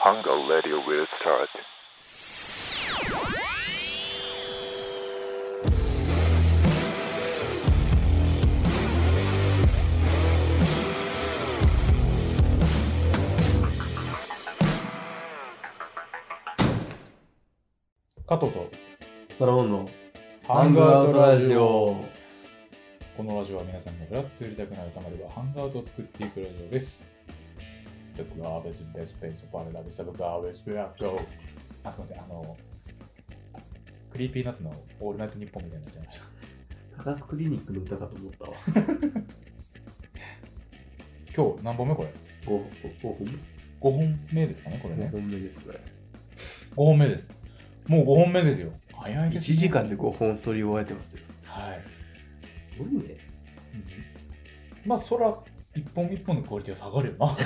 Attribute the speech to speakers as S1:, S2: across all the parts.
S1: Hango Radio will start.
S2: 加藤と
S3: サロンの
S2: ハ
S3: ハングアウトラジオ。
S2: このラジオは皆さんがフラッとやりたくなるたまではハングアウトを作っていくラジオです。僕は別にベスペースをパレラブサブガーベスペアと。あ、すみません、あの、クリーピーナッツのオールナイトニッポンみたいになっちゃいました。
S3: 高須クリニックの歌かと思ったわ。
S2: 今日何本目これ
S3: 5, 本
S2: ?5 本目ですかね、これ
S3: 目
S2: ね。
S3: 本目ですね。
S2: 5本目です。もう5本目ですよ。早い
S3: 1
S2: です、ね。
S3: 時間で5本取り終えてますよ。
S2: はい。
S3: すごいね。
S2: まあ、そら、一本一本のクオリティは下がるよな。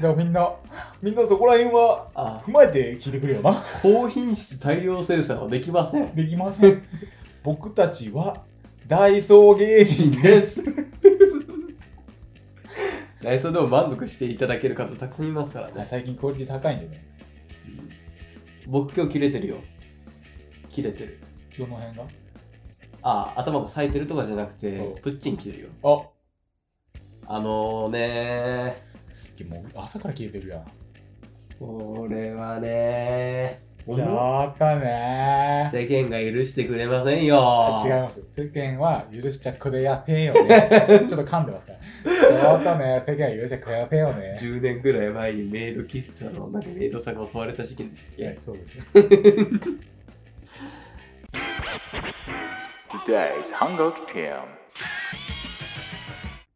S2: じゃあみんな、みんなそこら辺は
S3: あ、
S2: 踏まえて聞いてくれよな。
S3: 高品質大量生産はできません。
S2: できません。 僕たちは、ダイソー芸人で。
S3: です す。内装でも満足していただける方たくさんいますからね。
S2: 最近クオリティ高いんでね。
S3: 僕今日切れてるよ。切れてる。
S2: どの辺が
S3: あ、頭が咲いてるとかじゃなくて
S2: お、
S3: プッチン切れるよ。
S2: あ
S3: あのね
S2: すっげえもう朝から消えてるやん。
S3: これはね
S2: じゃあかね
S3: 世間が許してくれませんよ。
S2: 違います。世間は許しちゃくれやせんよ ね。ちょっと噛んでますから。じゃあかね世間は許しちゃくれやせんよね。
S3: 10年ぐらい前にメイド喫茶のなんかメイドさんが襲われた事件でし
S2: いや、そうですね。
S1: Today's Hango Team.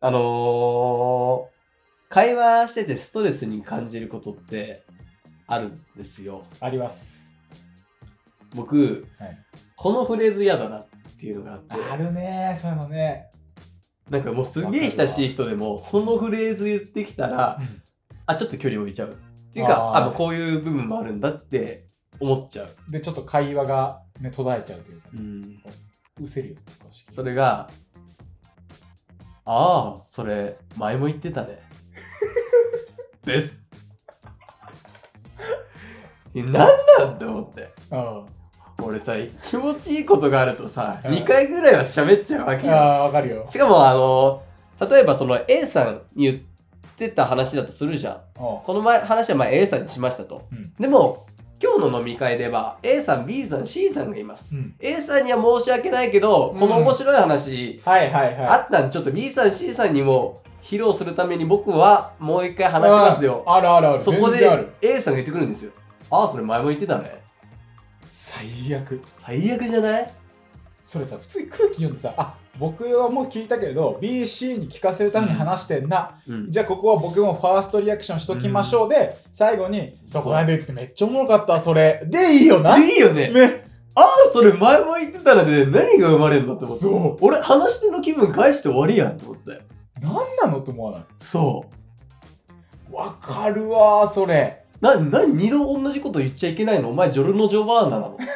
S3: あのー、会話しててストレスに感じることってあるんですよ。
S2: あります。
S3: 僕、
S2: はい
S3: このフレーズ嫌だなっていうのがあって、
S2: あるね、そういうのね。
S3: なんかもうすげえ親しい人でも、そのフレーズ言ってきたら、あ、ちょっと距離置いちゃう。っていうか、
S2: あー
S3: あのこういう部分もあるんだって思っちゃう。
S2: で、ちょっと会話が、ね、途絶えちゃうというか、
S3: うん、
S2: うせるよ、少し。
S3: それが、ああ、それ、前も言ってたね。 です。いや何なんだ思って。
S2: あ
S3: 俺さ、気持ちいいことがあるとさ、
S2: うん
S3: 2回ぐらいは喋っちゃうわ
S2: あ
S3: け
S2: ー、
S3: よ。
S2: わかるよ。
S3: しかも、あの、例えばその A さんに言ってた話だとするじゃん。
S2: おう
S3: この前話はまあ A さんにしましたと。
S2: うん。
S3: でも、今日の飲み会では A さん、B さん、C さんがいます。
S2: うん
S3: A さんには申し訳ないけど、この面白い話、
S2: はいはいはい。
S3: あったんでちょっと B さん C さんにも披露するために僕はもう一回話しますよ
S2: あるあるある。
S3: そこで
S2: 全然ある
S3: A さんが言ってくるんですよああそれ前も言ってたね
S2: 最悪。
S3: 最悪じゃない
S2: それさ、普通に空気読んでさ、あ僕はもう聞いたけど、BC に聞かせるために話してんな。
S3: うん
S2: じゃあ、ここは僕もファーストリアクションしときましょうで、最後に、そこら辺で言ってめっちゃおもろかった、それ。で、いいよな。
S3: いいよね
S2: ね。
S3: ああそれ前も言ってたらで何が生まれるんだって思って
S2: そう。
S3: 俺話し手の気分返して終わりやんと思って
S2: なんなのと思わない
S3: そ
S2: わかるわーそれ
S3: うな何二度同じこと言っちゃいけないのお前ジョルノ・ジョバーナなの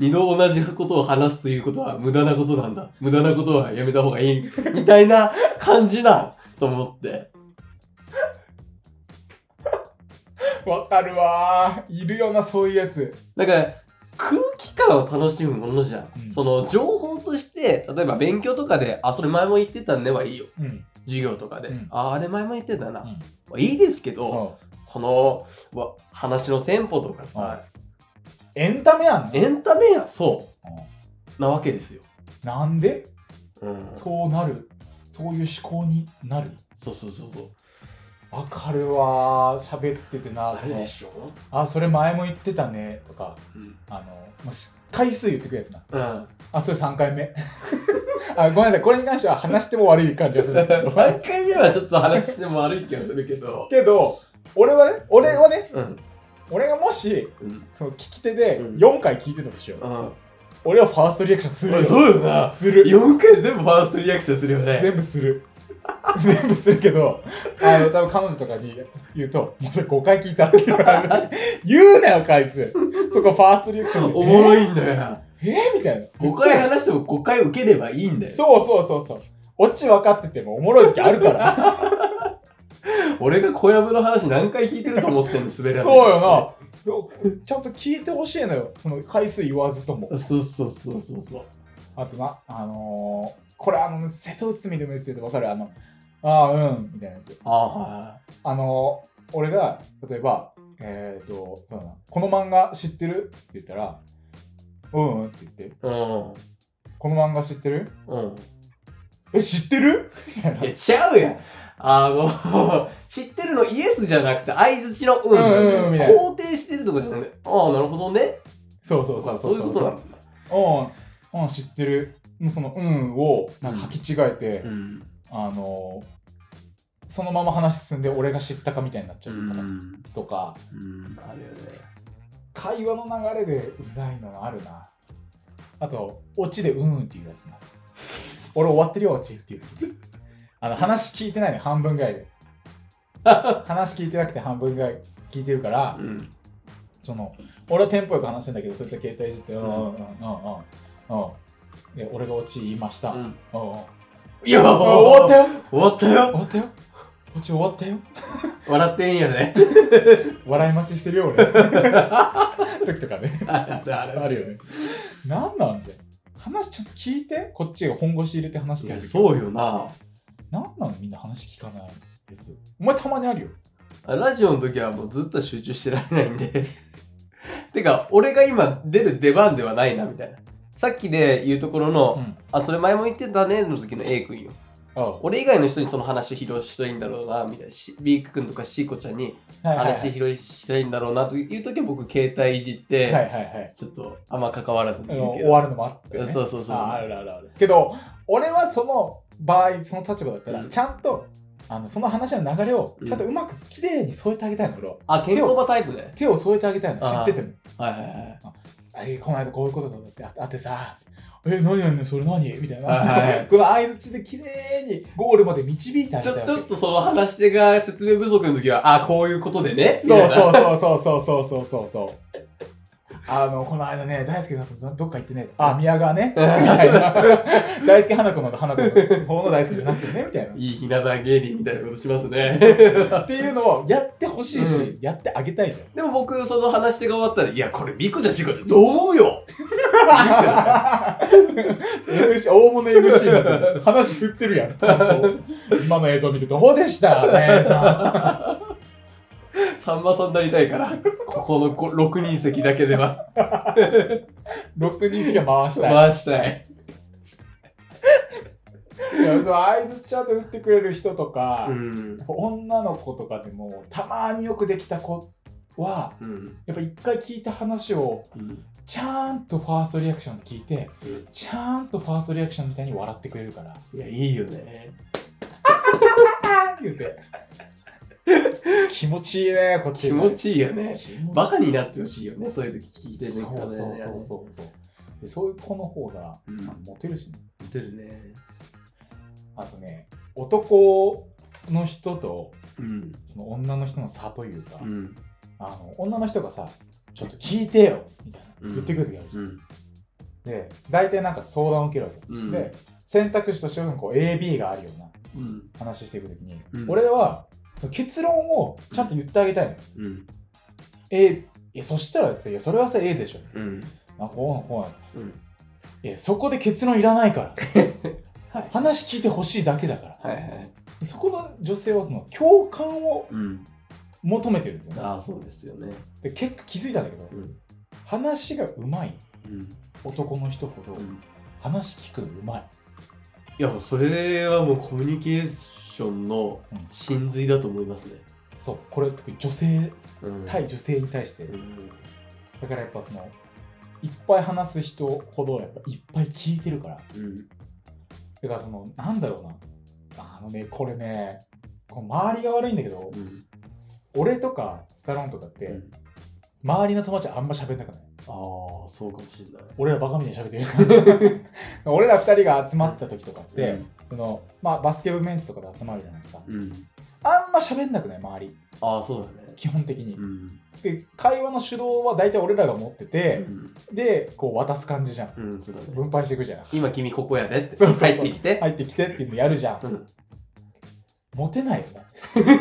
S3: 二度同じことを話すということは無駄なことなんだ。無駄なことはやめた方がいい。みたいな感じだと思って。
S2: わかるわーいるよなそういうやつ
S3: だから空気感を楽しむものじゃん。
S2: うん
S3: その情報として、例えば勉強とかで、あ、それ前も言ってたんではいいよ。
S2: うん
S3: 授業とかで。
S2: うん
S3: あ、あれ前も言ってたな。
S2: うん
S3: まあいいですけど、
S2: うん
S3: このわ話のテンポとかさ、
S2: エンタメやん
S3: エ
S2: ね
S3: ンタメやそううなわけですよ。
S2: んなんで
S3: うんそ
S2: そうなるそういう思考になる
S3: うそうそうそう。
S2: わかるわー喋っててな
S3: あ
S2: そ
S3: れ
S2: の
S3: でしょ、
S2: あそれ前も言ってたねとか
S3: うん、
S2: あのもうし回数言ってくるやつな
S3: うん。
S2: あそれ3回目 あごめんなさいこれに関しては話しても悪い感じがするんで すけど
S3: 3回目はちょっと話しても悪い気がするけど。
S2: けど俺はね俺はね
S3: うん。
S2: 俺がもし
S3: うん。
S2: その聞き手で
S3: うん
S2: 4回聞いてたとしよう、
S3: うん。
S2: 俺はファーストリアクションするよ。
S3: そうよな。
S2: する。
S3: 4回全部ファーストリアクションするよね。
S2: 全部する。全部するけど、あの、多分彼女とかに言うと、もうそれ5回聞いたって言われる。言うなよ、回数。そこファーストリアクションで。
S3: おもろいんだよな。
S2: えーえーみたいな。
S3: 5回話しても5回受ければいいんだよ。
S2: そうそうそうそう。オチ分かっててもおもろい時ある から。
S3: 俺が小籔の話何回聞いてると思ってんの、滑らない話。
S2: そうよな。ちゃんと聞いてほしいのよ。その回数言わずとも。
S3: そうそうそうそうそう。
S2: あとな、あのー、これあの、瀬戸内海でも言ってたやつ分かるあの、ああ、うん、みたいなやつ。
S3: ああ、は
S2: あのー、俺が、例えば、えっ、ー、と、そうだな、この漫画知ってるって言ったら、うんうんって言って、
S3: いは
S2: この漫画知ってる
S3: い。うん。うん。
S2: え、知ってるみたいな。
S3: いや、ちゃうやん。あの、 知ってるのイエスじゃなくて、相づちのうん
S2: うんうんみたいな
S3: 肯定してるとかじゃなくて、ああ、なるほどね。
S2: そうそうそうそう
S3: あそういうことなんだ。
S2: うん、うん、知ってる。のその、うんを、なんか履き違えて、
S3: ん。
S2: あのー、そのまま話進んで、俺が知ったかみたいになっちゃうからとか、
S3: うん。あるよね。
S2: 会話の流れでうざいのあるな。あと、オチでうんうんっていうやつな。俺終わってるよ、オチっていう。あの、話聞いてないの、半分ぐらいで。話聞いてなくて半分ぐらい聞いてるから、
S3: うん。
S2: その、俺はテンポよく話してんだけど、そいつは携帯いじって、うんうんうんうんうん。うんで、俺がオチ言いました。うんうん。
S3: いや、
S2: あ終わった
S3: よ。
S2: よ
S3: 終わった
S2: 終
S3: よ。
S2: わったよオチ終わったよ
S3: 笑ってんやね。
S2: 笑い待ちしてるよ、 俺。時とかね。
S3: ある
S2: あるよね。なんなんだよ。話ちゃんと聞いて、こっちが本腰入れて話し
S3: い
S2: てる
S3: や、
S2: 時。
S3: そうよな。
S2: なんなのみんな話聞かないやつ。お前たまにあるよ。
S3: ラジオの時はもうずっと集中してられないんで。 てか、俺が今出る出番ではないな、みたいな。さっきで言うところの、
S2: うん
S3: あ、それ前も言ってたね、の時の A 君よ。
S2: ああ
S3: 俺以外の人にその話披露したいんだろうな、みたいな。し B 君とか C 子ちゃんに
S2: はいはいはい
S3: 話披露したいんだろうな、という時は僕、携帯いじって、
S2: はいはいはい。
S3: ちょっとあんま関わらずに
S2: あ
S3: い
S2: の
S3: るけ
S2: 終
S3: ど。
S2: わるのもあって、ね。
S3: そうそうそう。
S2: ああるあるある。けど、俺はその場合、その立場だったら、
S3: うん
S2: ちゃんとあのその話の流れを
S3: うん
S2: ちゃんとうまくきれいに添えてあげたいの、俺は。
S3: あ、健康場タイプで。
S2: 手を添えてあげたいの、知ってても。
S3: はいはいはい。
S2: あえこの間こういうことがあってああってさ、え、何何それ何みたいな。
S3: はいはい
S2: この相づちできれいにゴールまで導いてあげ
S3: ち
S2: たい
S3: ょ
S2: わけ。
S3: ちょっとその話し手が説明不足の時は、あ、こういうことでね。みた
S2: そ
S3: いうな
S2: そうそうそうそうそうそうそう。あの、この間ね、大輔さんとどどっか行ってね、あ、宮川ね、みたいな。大輔花子の花子の方の大輔じゃなくてね、みたいな。
S3: いいひな壇芸人みたいなことしますね。
S2: っていうのをやってほしいし、
S3: う
S2: やってあげたいじゃん。
S3: でも僕、その話し手が終わったら、いや、これ、ミコじゃシコじゃ、どう思うよ
S2: MC 大物 MC の話振ってるやん。今の映像見てどうでしたねさ
S3: さんまさんになりたいから、ここのこ6人席だけでは、
S2: ん。6人が回したい。
S3: 回したい。
S2: いや、そう、合図ちゃんと打ってくれる人とか、
S3: ん。
S2: 女の子とかでも、たまによくできた子は、
S3: うん。
S2: やっぱ一回聞いた話を、
S3: うん。
S2: ちゃんとファーストリアクションで聞いて、ちゃんとファーストリアクションみたいに笑ってくれ るから、
S3: いや、いいよね。
S2: あーって言って。気持ちいいね、こっち。
S3: 気持ちいいよね。
S2: 気持ちいい
S3: バカになってほしいよね、そういう時聞いてる
S2: そう
S3: 人
S2: そう
S3: ね
S2: そうそうそう。でそういう子の方が、
S3: うん
S2: まあモテるしね。
S3: う。出るね。
S2: あとね、男の人と
S3: うん。
S2: その女の人の差というか、
S3: うん。
S2: あの女の人がさ、ちょっと聞いてよみたいな
S3: うん
S2: 言ってくる時あるじゃん。
S3: うん。
S2: で、大体なんか相談を受けるわけ。
S3: うん。
S2: で、選択肢としてはこう AB があるような
S3: うん。
S2: 話していく時に、
S3: うん
S2: 俺は結論をちゃんと言ってあげたいのよ。
S3: うん。
S2: A いやそしたらですね、いやそれはさ A でしょ。
S3: うん。
S2: あこうなのこうなの
S3: うん。
S2: いや、そこで結論いらな いから。
S3: はい
S2: 話聞いてほしいだけだから。
S3: はいはい。
S2: そこの女性はその共感を
S3: うん。
S2: 求めてるんですよね。
S3: ああ、そうですよね。
S2: で、結果気づいたんだけど
S3: う、ん。
S2: 話がうまい
S3: うん。
S2: 男の人ほど
S3: うん
S2: 話聞くのうまい。
S3: いやもうそれはもうコミュニケーションの真髄だと思いますね。
S2: そう、これ特に女性、
S3: うん
S2: 対女性に対して
S3: う。ん
S2: だからやっぱその、いっぱい話す人ほどやっぱいっぱい聞いてるから。
S3: うん
S2: だからその、なんだろうな。あのね、これね、この周りが悪いんだけど
S3: う、ん
S2: 俺とかスタローンとかっ
S3: う
S2: て、
S3: ん
S2: 周りの友達あんま喋んなくない
S3: ああそうかもしれない。
S2: 俺らバカみたいに喋っ てる俺ら二人が集まった時とかって、
S3: うん
S2: そのまあ、バスケ部メンツとかで集まるじゃないですか
S3: うん
S2: あんま喋んなくない周り
S3: ああ、そうだね。
S2: 基本的に、
S3: うん。
S2: で会話の主導は大体俺らが持ってて、でこう渡す感じじゃん
S3: うん、うん、そうだね。
S2: 分配していくじゃん
S3: 今君ここやでって。
S2: そうそうそう
S3: 帰ってきて。
S2: 入ってきてっていうのやるじゃん
S3: うん。
S2: モテないよね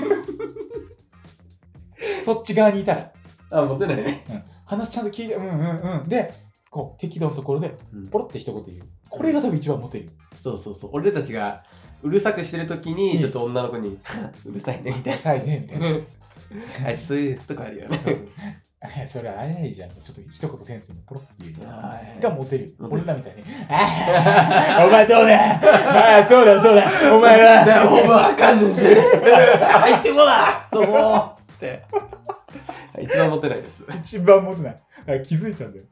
S2: そっち側にいたら
S3: あ、持ってないね。
S2: 話ちゃんと聞いてうんうんうんでこう適度なところで
S3: うん
S2: ポロって一言言うこれが多分一番モテる
S3: そうそうそう。俺たちがうるさくしてるとき
S2: う
S3: に、
S2: ん
S3: ちょっと女の子に、 うるさいね、みたいな。
S2: さいねみたいな
S3: あいつそういうとこあるよね。
S2: それあれないじゃんちょっと一言先生にポロって言う
S3: はい
S2: がモテる
S3: モテる
S2: 俺らみたいに 「ああお前どうだ ああそうだそうだお前は
S3: だお前わかんねえんだよ入ってこなそこって。一番モテないです。
S2: 一番モテない。だから気づい たんだよ。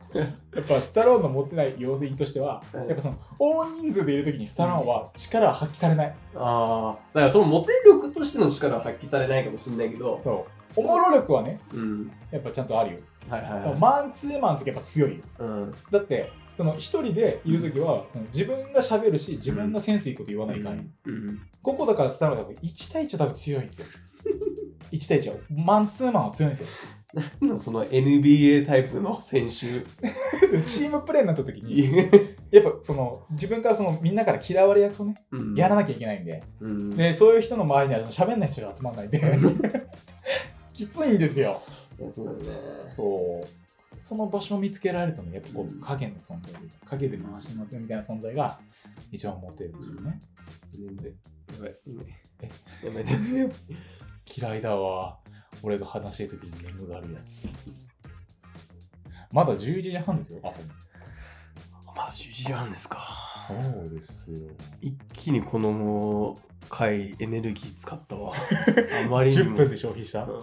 S2: やっぱスタローンの持ってない要因としては、
S3: うん
S2: やっぱその大人数でいるときにスタローンは力は発揮されない。
S3: ああ。だからそのモテ力としての力は発揮されないかもしれないけど、
S2: そう。おもろ力はね、
S3: うん。
S2: やっぱちゃんとあるよ。
S3: はいはい
S2: でも
S3: は
S2: マンツーマンのときやっぱ強いよ。
S3: い。うん。
S2: だって、その一人でいるときは、その自分が喋るし、自分がセンスいいこと言わないから、
S3: うん。
S2: ここだからスタローンは多分1対1は多分強いんですよ。1対1は。マンツーマンは強いんですよ。
S3: なんかその NBA タイプの選手。
S2: チームプレーになったときに、やっぱその自分からそのみんなから嫌われ役をね、
S3: うん
S2: やらなきゃいけないんで。
S3: うん。
S2: でそういう人の周りには喋んない人が集まんないんできついんですよ
S3: いやそうだよね。
S2: そうその場所を見つけられるとねやっぱこ
S3: うん
S2: う影の存在影で回してますよみたいな存在が一番モテるんですよね
S3: 全然。やばい。
S2: え
S3: やばい。や ばい。
S2: 嫌いだわ俺が話してる時に眠があるやつまだ11時半ですよ朝に
S3: まあ、10時半ですか。
S2: そうですよ
S3: 一気にこの回エネルギー使った わ。あまりにも。
S2: 10分で消費し
S3: う
S2: た
S3: ん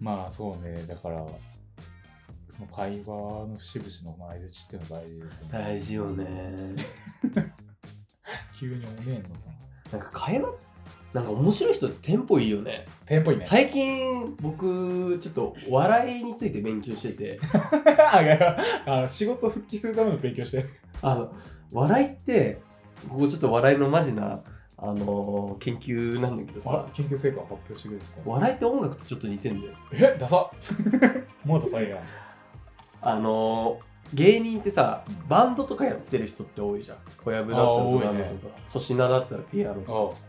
S2: まあそうねだからその会話の節々の相づちっていうのは大事ですよね
S3: 大事よね。
S2: 急におねえんのか
S3: な
S2: な
S3: んか会話なんか面白い人テンポいいよね。
S2: テンポいいね
S3: 最近僕ちょっと笑いについて勉強してて、
S2: あいやあ仕事復帰するための勉強して
S3: あの、笑いって、ここちょっと笑いのマジな、あの研究なんだけどさ
S2: あ、研究成果を発表してくれるんですか
S3: 笑いって音楽とちょっと似てんだよ。
S2: えダサ もうダサいやん
S3: あのー芸人ってさ
S2: うん
S3: バンドとかやってる人って多いじゃん小籔だったら
S2: あー
S3: ドラ
S2: 多
S3: ム
S2: いね
S3: とか粗品、だったらピアノとか
S2: あ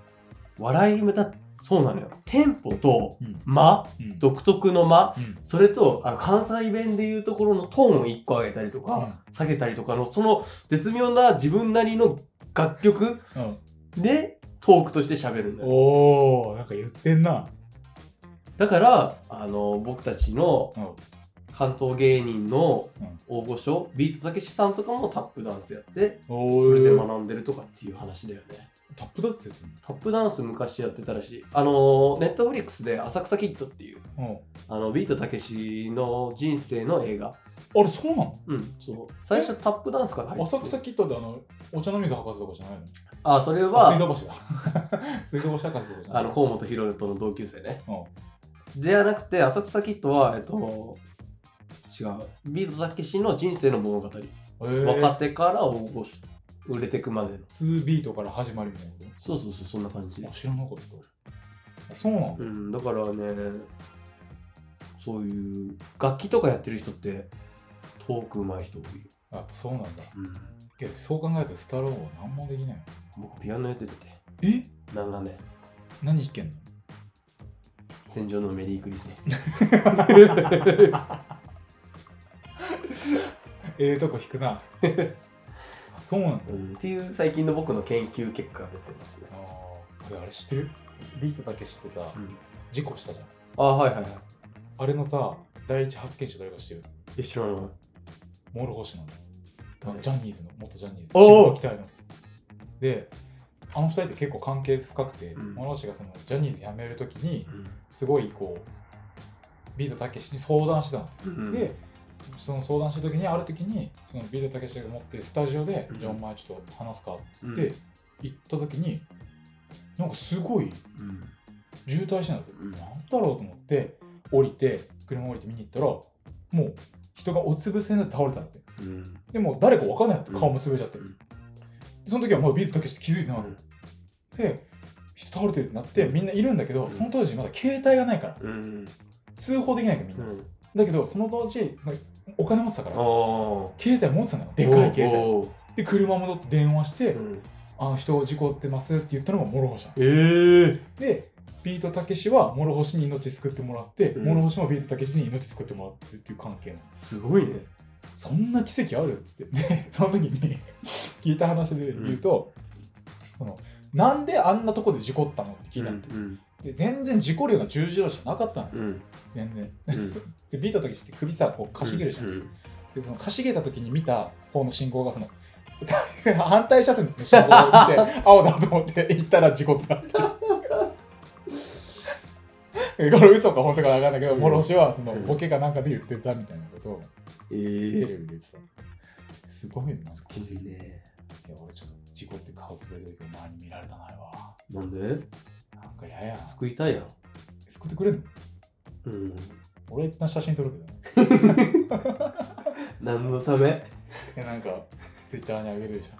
S3: 笑いもだそうなのよテンポと
S2: うん
S3: 間
S2: うん
S3: 独特の間
S2: うん
S3: それとあの関西弁でいうところのトーンを1個上げたりとか、下げたりとかのその絶妙な自分なりの楽曲
S2: うん
S3: でトークとして喋るんだよ
S2: おーなんか言ってんな
S3: だからあのー僕たちの
S2: うん
S3: 関東芸人の
S2: うん
S3: 大御所、ビートたけしさんとかもタップダンスやって
S2: お
S3: それで
S2: ー
S3: 学んでるとかっていう話だよね。
S2: タップダッツやってん
S3: タップダンス昔やってたらしい。あの、ネットフリックスで浅草キッドっていう、
S2: の
S3: あの、ビートたけしの人生の映画。
S2: うんあれそうなの
S3: うん、そう。最初タップダンスから入って
S2: 浅草キットであのお茶の水博士とかじゃないの
S3: あ、それ
S2: あ水
S3: は、
S2: 道橋だ 水道橋博士とかじゃな
S3: あ
S2: い
S3: の、河本ヒロとの同級生ね。
S2: の
S3: じゃなくて、浅草キッドは、えっと、違う。ビートたけしの人生の物語。
S2: うんえ
S3: 若
S2: ー
S3: 手から大御所、売れてくまでの。
S2: 2ビートから始まるみたいなこ
S3: そうそうそう、そんな感じ
S2: とあ。知らなかったあそうなの
S3: うん、だからね、そういう楽器とかやってる人ってトーク上手い人多いよ。
S2: あやっぱそうなんだ
S3: うん、
S2: けどそう考えるとスタローンは何もできない
S3: 僕ピアノやってて、
S2: え
S3: 長年、
S2: 何弾けんの
S3: 戦場のメリークリスマス。
S2: ええとこ弾く なあそうなんだ
S3: うん、っていう最近の僕の研究結果が出てますね。
S2: あーあれ知ってるビートたけしってさ
S3: うん、
S2: 事故したじゃん
S3: あ、はいはいはい。
S2: あれのさ第一発見者誰か知ってる
S3: え、知らない。
S2: モール星なのあの
S3: 誰
S2: ジャニーズの元ジャニーズ
S3: おー
S2: 新聞期待のであの二人って結構関係深くて、
S3: うん
S2: モール星がそのジャニーズ辞めるときに
S3: うん
S2: すごいこうビートたけしに相談してたの
S3: うん
S2: で、その相談した時にある時にそのビートたけしが持ってるスタジオで
S3: う
S2: 「
S3: ん
S2: じゃあお前ちょっと話すか」っつっ
S3: う
S2: て行った時になんかすごい
S3: うん
S2: 渋滞してんだって、
S3: うん
S2: なんだろうと思って降りて車降りて見に行ったらもう人がおつぶせになって倒れたんだって
S3: うん
S2: でもう誰か分かんないんだって
S3: うん
S2: 顔もつぶれちゃって、
S3: うん
S2: その時はもうビートたけしって気づいてなかっ
S3: うん
S2: た、で人倒れてるってなってみんないるんだけどその当時まだ携帯がないから
S3: うん。
S2: 通報できないからみん
S3: う
S2: な、
S3: ん。
S2: だけどその当時お金持ってたから
S3: ああ。
S2: 携帯持ってたのよでかい携帯
S3: 帯。
S2: で車戻って電話して、
S3: うん
S2: あの人事故ってますって言ったのが諸星なの
S3: ええ。
S2: でビートたけしは諸星に命救ってもらって、
S3: うん
S2: 諸星もビートたけしに命救ってもらってっていう関係なの
S3: すごいね。
S2: そんな奇跡あるっつってでその時に 聞いた話で言うと、そのなんであんなとこで事故ったのって聞いた
S3: う
S2: の、
S3: ん。
S2: で全然事故量が重要じゃなかったのよ
S3: うん。
S2: 全然
S3: うん。
S2: でビートたけしって首さこうかしげるじゃん、
S3: うん。
S2: でそのかしげた時に見た方の信号がその 反対車線ですね信号を見 て青だと思って行ったら事故ったって これ嘘か本当か分かんないけど、
S3: うん
S2: 諸星はその
S3: うん
S2: ボケかなんかで言ってたみたいなことをテレビ
S3: ええ。
S2: で言ってたすごいななんか
S3: 好きね。
S2: いや俺ちょっと事故って顔つぶれてるけど周りに見られたないわ
S3: なんで
S2: なんかやや
S3: 救いたいやん。
S2: 救ってくれんの
S3: うん。
S2: 俺一旦写真撮るけどね
S3: 何のため
S2: いや なんかツイッターにあげるでしょ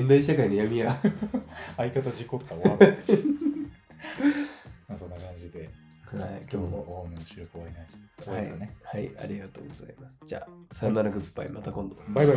S3: 現代社会の闇や。
S2: 相方事故った終わ るまあそんな感じで
S3: はい、
S2: 今日も。おおむねの収録終わりなんです終わりですかね、
S3: はい、ありがとうございます。じゃあ、さよならグッバイ、また今度。
S2: バイバイ